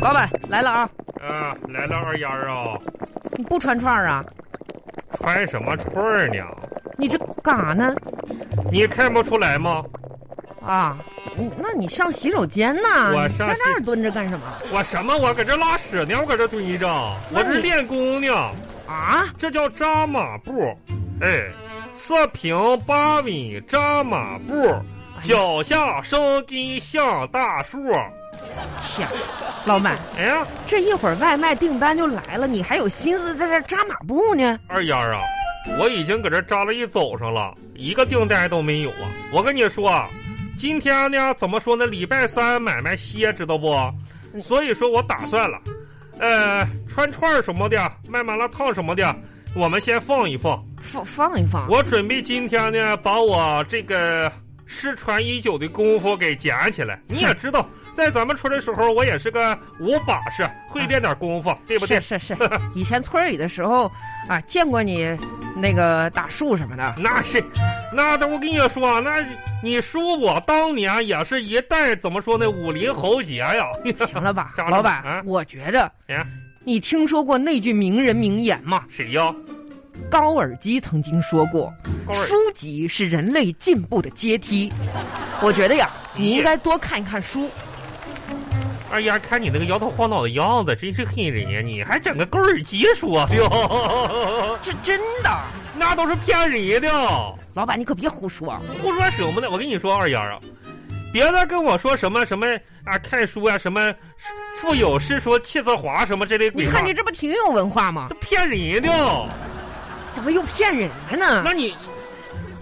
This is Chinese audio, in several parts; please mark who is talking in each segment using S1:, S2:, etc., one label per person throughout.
S1: 老板来了啊！
S2: 啊，来了二丫啊，
S1: 你不穿串儿啊？
S2: 穿什么串儿呢？
S1: 你这干啥呢？
S2: 你看不出来吗？
S1: 啊，你那你上洗手间呐？
S2: 我
S1: 你
S2: 上
S1: 在
S2: 洗
S1: 这儿蹲着干什么？
S2: 我什么？我搁这拉屎呢，我搁这蹲着，
S1: 那
S2: 我
S1: 你
S2: 这练功呢，
S1: 啊？
S2: 这叫扎马步，哎，射平八米扎马步，
S1: 哎呀
S2: 脚下生根像大树。
S1: 天，老板，
S2: 哎呀，
S1: 这一会儿外卖订单就来了，你还有心思在这儿扎马步呢？
S2: 二丫啊，我已经搁这扎了一早上了，一个订单都没有啊！我跟你说啊，今天呢，怎么说呢？礼拜三买卖歇，知道不？所以说我打算了，呃，串串儿什么的，卖麻辣烫什么的，我们先放一放。
S1: 放放一放，
S2: 我准备今天呢，把我这个失传已久的功夫给捡起来。你也知道，在咱们村的时候，我也是个武把式，会练点功夫，对不对
S1: 是？是是，以前村儿里的时候啊，见过你那个打树什么的。
S2: 那是，那都我跟你说，那你叔我当年也是一代怎么说呢，武林豪杰 呀。
S1: 行了吧，
S2: 扎着
S1: 老板，
S2: 啊
S1: 我觉着
S2: 呀，
S1: 你听说过那句名人名言吗？
S2: 谁呀？
S1: 高尔基曾经说过，
S2: 高
S1: 书
S2: 尔
S1: 籍是人类进步的阶梯。我觉得呀，你应该多看一看书。
S2: 二丫，哎看你那个摇头晃脑的样子，真是恨人呀！你还整个高尔基说的，
S1: 这真的，
S2: 那都是骗人的。
S1: 老板你可别胡说。啊
S2: 胡说什么呢？我跟你说，二丫啊，别再跟我说什么什么啊，看书啊，什么腹有诗书气自华什么这类
S1: 你
S2: 鬼话
S1: 看，你这哦不挺有文化吗
S2: 这？骗人的。
S1: 怎么又骗人了呢？
S2: 那你，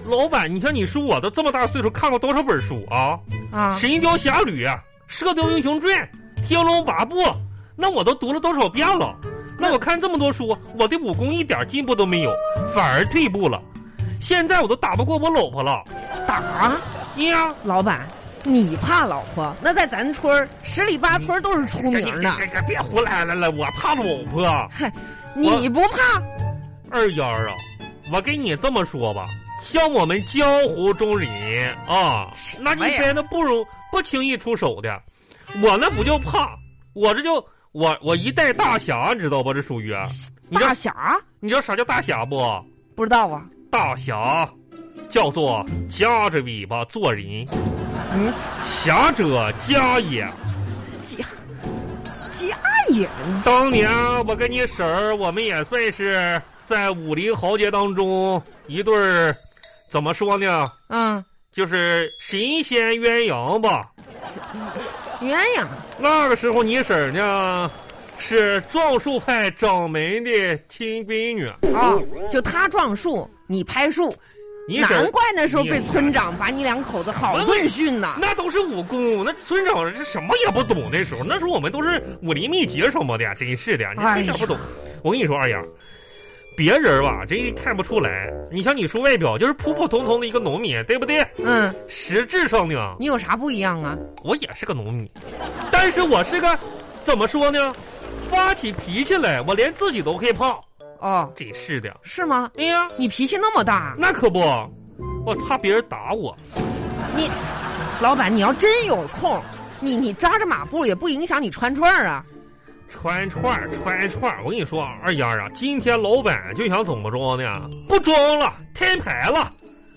S2: 老板，你像你叔我都这么大岁数，看过多少本书啊？
S1: 啊，
S2: 神雕侠侣》《射雕英雄传》《天龙八部》，那我都读了多少遍了？那我看这么多书，我的武功一点进步都没有，反而退步了。现在我都打不过我老婆了。
S1: 打啊
S2: 你呀、
S1: 老板，你怕老婆？那在咱村儿十里八村儿都是出名的。
S2: 别别别胡来来了，我怕老婆。
S1: 嗨，你不怕？
S2: 二丫啊，我跟你这么说吧，像我们江湖中人啊，那一般的不容不轻易出手的，我那不叫怕，我这就我我一代大侠，你知道不？这属于，啊你知道
S1: 大侠？
S2: 你知道啥叫大侠不？
S1: 不知道啊。
S2: 大侠叫做夹着尾巴做人，
S1: 嗯，
S2: 侠者家也。
S1: 家家也
S2: 当年我跟你婶儿，我们也算是在武林豪杰当中一对儿，怎么说呢？
S1: 啊，
S2: 就是神仙鸳鸯吧。
S1: 鸳鸯
S2: 那个时候你婶儿呢，是壮树派掌门的亲闺女。
S1: 啊，就他撞树，你拍树，
S2: 你婶
S1: 难
S2: 儿
S1: 怪那时候被村长把你两口子好顿训呐。
S2: 那都是武功，那村长是什么也不懂。那时候，那时候我们都是武林秘籍什么的，真是的，你
S1: 哎
S2: 非
S1: 呀
S2: 常不懂。我跟你说，二丫，别人吧，真看不出来。你像你叔外表就是普普通通的一个农民，对不对？
S1: 嗯，
S2: 实质上呢，
S1: 你有啥不一样啊？
S2: 我也是个农民，但是我是个怎么说呢？发起脾气来，我连自己都害怕，
S1: 哦，
S2: 真是的。
S1: 是吗？
S2: 哎呀，
S1: 你脾气那么大，
S2: 那可不，我怕别人打我。
S1: 你老板，你要真有空，你你扎着马步也不影响你穿串儿啊。
S2: 穿串儿穿串儿，我跟你说啊，二丫啊，今天老板就想怎么着呢？不装了，摊牌了。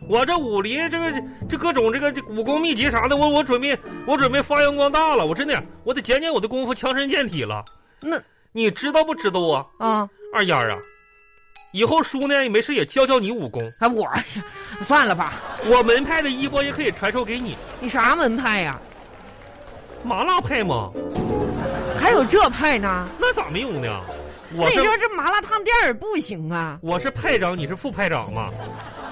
S2: 我这武林这个这各种这个这武功秘籍啥的，我我准备我准备发扬光大了。我真的，我得减减我的功夫，强身健体了。
S1: 那
S2: 你知道不知道啊，
S1: 啊
S2: 二丫啊？以后叔呢，没事也教教你武功，
S1: 啊，我 算了吧，
S2: 我门派的衣钵也可以传授给你。
S1: 你啥门派呀、
S2: 麻辣派吗？
S1: 还有这派呢？
S2: 那咋没有呢？我
S1: 那
S2: 是
S1: 你说这麻辣烫店儿不行啊？
S2: 我是派长，你是副派长嘛？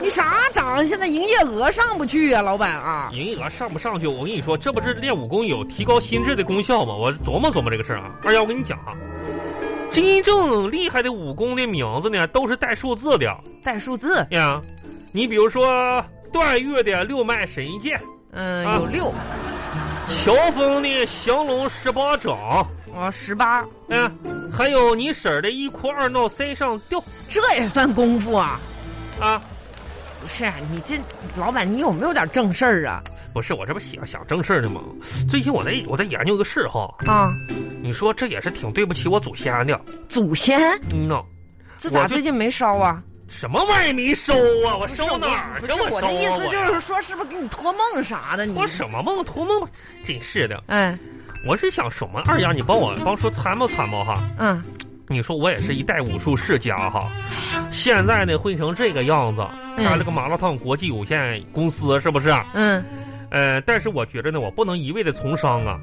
S1: 你啥涨？现在营业额上不去啊，老板啊！
S2: 营业额上不上去，我跟你说，这不是练武功有提高心智的功效吗？我琢磨琢磨这个事儿啊。二丫，我跟你讲啊，真正厉害的武功的名字呢，都是带数字的
S1: 带数字，
S2: 呀。你比如说段誉的六脉神剑，
S1: 嗯、
S2: 啊
S1: 有六，
S2: 乔峰的降龙十八掌，
S1: 啊，十八，
S2: 啊，还有你婶儿的一哭二闹三上吊
S1: 这也算功夫啊？
S2: 啊。
S1: 不是，你这老板，你有没有点正事儿啊？
S2: 不是我这不想想正事儿呢吗？最近我在我在研究个事儿哈，
S1: 啊，
S2: 你说这也是挺对不起我祖先的。
S1: 祖先
S2: 嗯呐，
S1: 这
S2: 我
S1: 咋
S2: 就
S1: 最近没烧啊？
S2: 什么玩意儿没收啊？我收哪儿去？
S1: 不是我
S2: 收
S1: 的
S2: 啊
S1: 意思
S2: 我
S1: 就是说，是不是给你托梦啥的？你
S2: 我什么梦托梦？真是的，
S1: 哎
S2: 我是想什么二丫，你帮我帮说参谋参谋哈。
S1: 嗯，
S2: 你说我也是一代武术世家哈，现在呢混成这个样子，
S1: 嗯
S2: 开了个麻辣烫国际有限公司是不啊是？
S1: 嗯，
S2: 呃，但是我觉着呢，我不能一味的从商啊，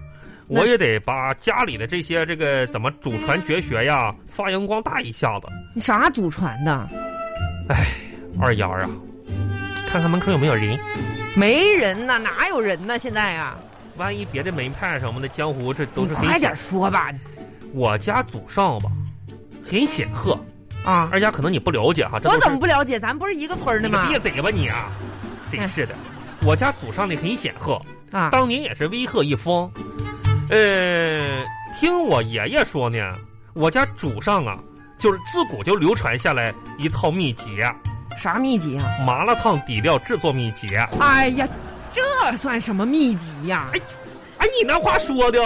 S1: 那
S2: 我也得把家里的这些这个怎么祖传绝学呀发扬光大一下子。
S1: 你啥祖传的？
S2: 二丫啊，看看门口有没有人，
S1: 没人呐，哪有人呐？现在呀，
S2: 万一别的门派什么的江湖这都
S1: 你
S2: 是很
S1: 快
S2: 显
S1: 点说吧。
S2: 我家祖上吧，很显赫。
S1: 啊，
S2: 二丫可能你不了解哈，这
S1: 我
S2: 都
S1: 怎
S2: 是
S1: 么不了解？咱不是一个村儿的
S2: 你
S1: 吗？
S2: 别嘴吧你啊！
S1: 嗯
S2: 真是的，我家祖上呢很显赫，
S1: 啊，
S2: 当年也是威赫一方。呃，听我爷爷说呢，我家祖上啊，就是自古就流传下来一套秘籍，
S1: 啥秘籍啊？
S2: 麻辣烫底料制作秘籍。
S1: 哎呀，这算什么秘籍呀、
S2: 哎哎，你那话说的，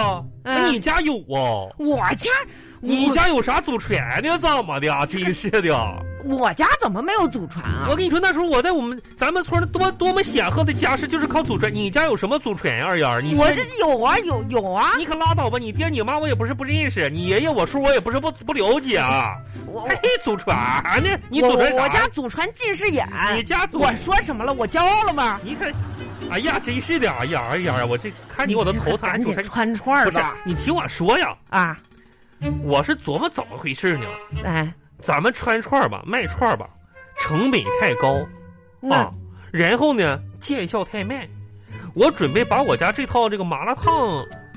S2: 哎
S1: 嗯
S2: 你家有啊？
S1: 我家，
S2: 你
S1: 我
S2: 家有啥祖传的？怎么的？啊真是
S1: 啊
S2: 的。
S1: 我家怎么没有祖传啊
S2: 我？跟你说，那时候我在我们咱们村儿多多么显赫的家世，就是靠祖传。你家有什么祖传呀，二丫儿？你
S1: 我
S2: 爹
S1: 这有啊，有有啊，
S2: 你可拉倒吧！你爹你妈我也不是不认识，你爷爷我叔我也不是不不了解啊。
S1: 我
S2: 嘿，祖传呢？你
S1: 我
S2: 祖传啥
S1: 我家祖传近视眼。
S2: 你家祖
S1: 我说什么了？我骄傲了吗？
S2: 你看，哎呀，真是的，哎呀哎呀呀，我这看你我都
S1: 这
S2: 头疼。
S1: 赶
S2: 祖传
S1: 紧穿串儿
S2: 不是
S1: 吧！
S2: 你听我说呀，
S1: 啊，
S2: 我是琢磨怎么回事呢？
S1: 哎，
S2: 咱们穿串儿吧，卖串儿吧，成本太高。
S1: 那
S2: 啊，然后呢，见效太慢，我准备把我家这套这个麻辣烫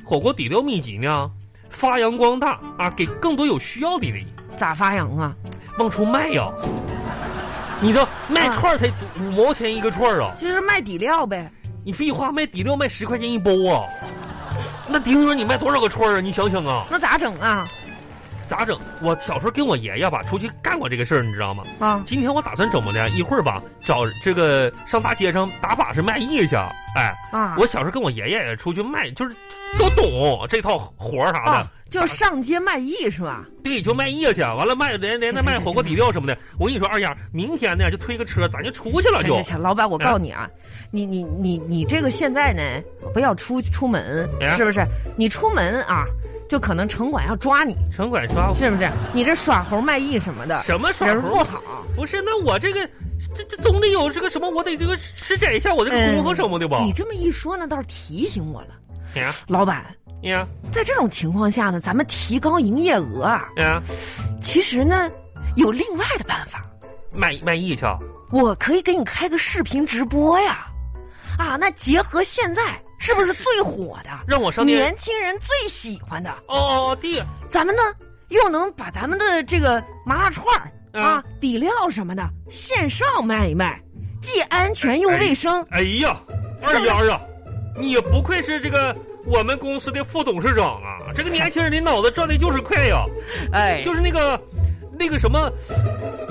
S2: 火锅底料秘籍呢，发扬光大啊，给更多有需要的人
S1: 咋发扬啊？
S2: 往出卖呀。你知道
S1: 啊
S2: 卖串儿才五毛钱一个串儿啊，
S1: 就是卖底料呗。
S2: 你废话卖底料卖十块钱一包啊，那丁说你卖多少个串儿啊？你想想啊，
S1: 那咋整啊？
S2: 咋整？我小时候跟我爷爷吧出去干过这个事儿，你知道吗？
S1: 啊，
S2: 今天我打算怎么的？一会儿吧找这个上大街上打把式卖艺去，哎。
S1: 啊，
S2: 我小时候跟我爷爷也出去卖，就是都懂这套活儿啥的。
S1: 啊，就是上街卖艺是吧？
S2: 对，就卖艺去，完了卖连连那卖火锅底料什么的。我跟你说，二丫，明天呢就推个车，咱就出去了
S1: 行
S2: 就
S1: 行。行，老板，我
S2: 哎
S1: 告诉你啊，你你你你这个现在呢，不要出出门，
S2: 哎
S1: 是不是？你出门啊，就可能城管要抓你，
S2: 城管抓我
S1: 是不是？你这耍猴卖艺什么的，
S2: 什么耍
S1: 人不
S2: 猴？
S1: 好。
S2: 不是，那我这个这这总得有这个什么，我得这个施展一下我这个
S1: 嗯
S2: 功夫什么的吧？
S1: 你这么一说呢，倒是提醒我了，
S2: 呀
S1: 老板。
S2: 呀
S1: 在这种情况下呢，咱们提高营业额啊，
S2: 呀，
S1: 其实呢，有另外的办法。
S2: 卖卖艺去啊，
S1: 我可以给你开个视频直播呀，啊，那结合现在是不是最火的、
S2: 让我上店。
S1: 年轻人最喜欢的，
S2: 哦哦哦，弟，
S1: 咱们呢又能把咱们的这个麻辣串儿
S2: 嗯
S1: 啊、底料什么的线上卖一卖，既安全又卫生。
S2: 哎呀，二丫啊，你不愧是这个我们公司的副董事长啊！这个年轻人的脑子转的就是快呀、
S1: 哎
S2: 就是那个那个什么，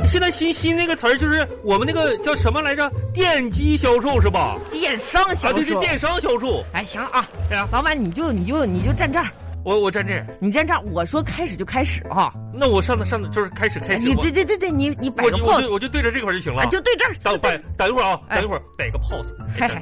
S2: 现在新新那个词儿就是我们那个叫什么来着？电机销售是吧？
S1: 电商
S2: 啊，
S1: 销
S2: 对，是
S1: 售。
S2: 电商销售。
S1: 哎，行了啊，
S2: 哎呀，
S1: 老板，你就你就你就站这儿，
S2: 我我站这儿，
S1: 你站这儿，我说开始就开始啊！
S2: 那我上那上那就是开始开始，
S1: 哎你
S2: 我
S1: 这这这这，你你摆
S2: 我
S1: 个
S2: 就我就
S1: pose，
S2: 我就对着这块儿就行了
S1: 啊，。就对这儿，
S2: 等
S1: 就
S2: 摆
S1: 对，
S2: 等一会儿啊，
S1: 哎
S2: 等一会儿摆个 pose。
S1: 嘿嘿，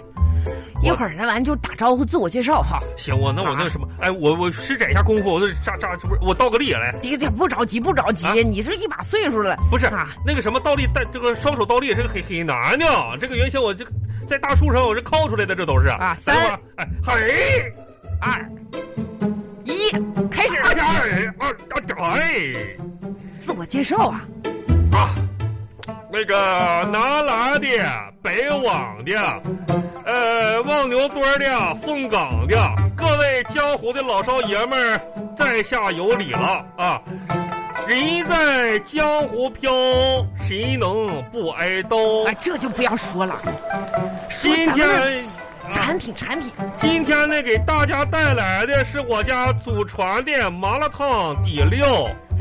S1: 一会儿来完就打招呼、自我介绍哈。
S2: 行，我那我那
S1: 啊
S2: 什么，哎，我我施展一下功夫，我这扎扎，这不是我倒个立来。
S1: 这这不着急，不着急，
S2: 啊
S1: 你这一把岁数了，
S2: 不是
S1: 啊？
S2: 那个什么倒立，但这个双手倒立这个很很难呢。这个原先我这个在大树上我这靠出来的，这都是
S1: 啊
S2: 等会儿
S1: 三
S2: 哎，嘿，
S1: 二一，开始
S2: 二点二二点哎
S1: 自我介绍啊！
S2: 啊，那个南来的、北往的，呃，望牛墩儿的、凤岗的，各位江湖的老少爷们儿，在下有礼了啊！人在江湖飘，谁能不挨刀？
S1: 啊，这就不要说了，说
S2: 今
S1: 咱们
S2: 天
S1: 的。产品产品，
S2: 今天呢，给大家带来的是我家祖传的麻辣烫底料，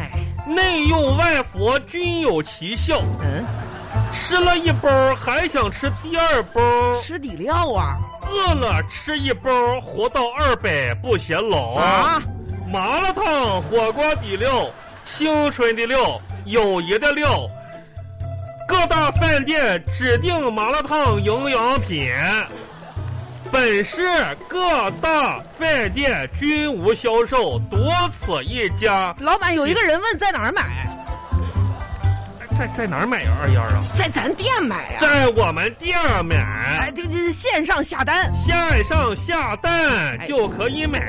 S1: 哎，
S2: 内用外服均有奇效。
S1: 嗯，
S2: 吃了一包，还想吃第二包。
S1: 吃底料啊，
S2: 饿了吃一包，活到二百不显老
S1: 啊！
S2: 麻辣烫、火锅底料、青春的料、友谊的料，各大饭店指定麻辣烫营养品。本市各大饭店均无销售，独此一家。
S1: 老板有一个人问在哪儿买，
S2: 在在哪儿买呀？二丫啊，
S1: 在咱店买呀、
S2: 在我们店儿买
S1: 哎，，这这线上下单，
S2: 线上下单就可以买。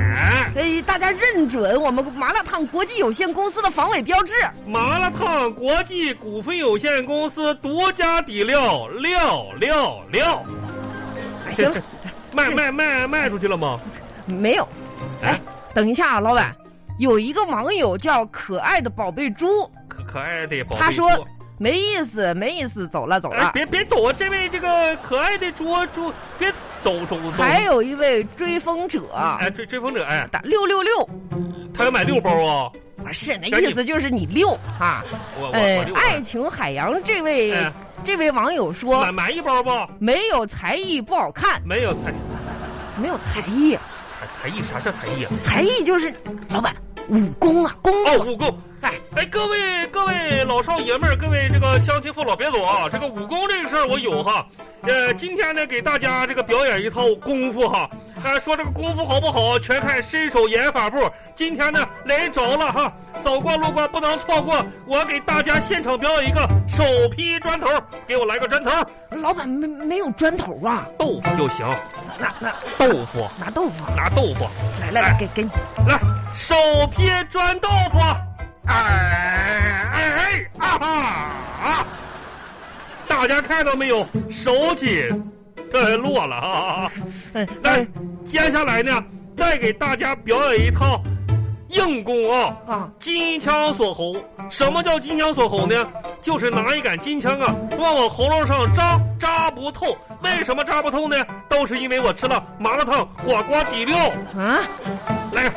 S1: 哎，大家认准我们麻辣烫国际有限公司的防伪标志。
S2: 麻辣烫国际股份有限公司独家底料，料料料，
S1: 哎，行了，
S2: 卖卖卖卖出去了吗？
S1: 没有。哎，等一下啊，老板，有一个网友叫可爱的宝贝猪，
S2: 可可爱的宝贝猪，
S1: 他说没意思，没意思，走了走
S2: 哎
S1: 了，。
S2: 别别走啊！这位这个可爱的猪猪，别走走走。
S1: 还有一位追风者，
S2: 哎，追追风者哎，
S1: 打六六六，
S2: 他要买六包啊！
S1: 不是那
S2: 赶紧
S1: 意思就是你六啊。
S2: 我我
S1: 哎
S2: 我六，包
S1: 爱情海洋这位、
S2: 哎
S1: 这位网友说
S2: 买，买一包吧，
S1: 没有才艺不好看，
S2: 没有才
S1: 没有才艺，
S2: 才才艺啥叫才艺啊？
S1: 才艺就是老板武功啊，功
S2: 哦，
S1: 夫。
S2: 武功。
S1: 哎，
S2: 哎，各位各位老少爷们儿，各位这个乡亲父老，别走啊！这个武功这个事儿我有哈，呃，今天呢给大家这个表演一套功夫哈。啊、说这个功夫好不好，全看身手眼法步。今天呢来着了哈，走过路过不能错过。我给大家现场表演一个手劈砖头，给我来个砖头，
S1: 老板没没有砖头啊？
S2: 豆腐就行，
S1: 拿拿
S2: 豆腐
S1: 拿豆腐啊，
S2: 拿豆腐哎
S1: 来来来，给给你。
S2: 来，手劈砖豆腐，哎哎哎啊哈！大家看到没有？手起，这落了啊！
S1: 嗯，
S2: 来
S1: 哎，
S2: 接下来呢，再给大家表演一套硬功啊。
S1: 啊，
S2: 金枪锁喉，什么叫金枪锁喉呢？就是拿一杆金枪啊，往我喉咙上扎，扎不透。为什么扎不透呢？都是因为我吃了麻辣烫、火锅底料。
S1: 啊
S2: 来，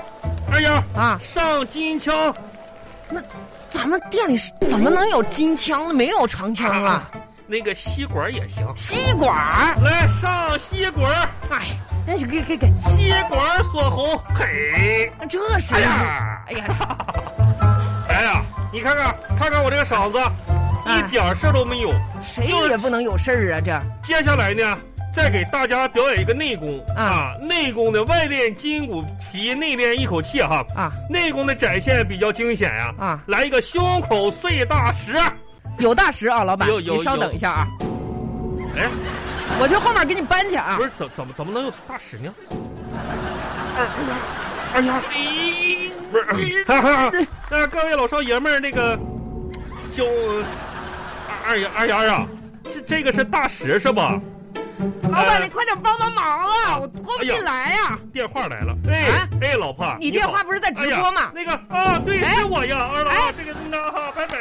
S2: 二丫，
S1: 啊！
S2: 上金枪，
S1: 咱们店里是怎么能有金枪呢？没有长枪啊，
S2: 那个吸管也行。
S1: 吸管儿。
S2: 来上吸管，
S1: 哎，那就给给给，
S2: 吸管锁喉，嘿，
S1: 这是
S2: 哎。呀，
S1: 哎呀，
S2: 哎呀，你看看，看看我这个嗓子，
S1: 哎
S2: 一点事儿都没有。
S1: 谁
S2: 就是
S1: 也不能有事儿啊！这
S2: 接下来呢，再给大家表演一个内功
S1: 啊
S2: 啊，内功呢外练筋骨皮，内练一口气哈。
S1: 啊
S2: 内功的展现比较惊险呀、
S1: 啊
S2: 来一个胸口碎大石，
S1: 有大石啊，老板，
S2: 有有
S1: 你稍等一下啊，
S2: 哎，
S1: 我去后面给你搬去啊
S2: 不。是哎怎怎么怎么能有大石呢？二二丫，二丫，不是，哈哈。那各位老少爷们儿，那个胸二二丫二丫啊，这这个是大石是吧？
S1: 老板，
S2: 呃
S1: 你快点帮帮忙啊！我拖不
S2: 哎呀
S1: 进来呀。
S2: 电话来了，哎、
S1: 啊
S2: 哎，老婆，
S1: 你电
S2: 好
S1: 话不是在直播吗
S2: 哎呀那个啊，对，
S1: 哎
S2: 是我呀，二老，
S1: 哎
S2: 这个那哈，拜拜。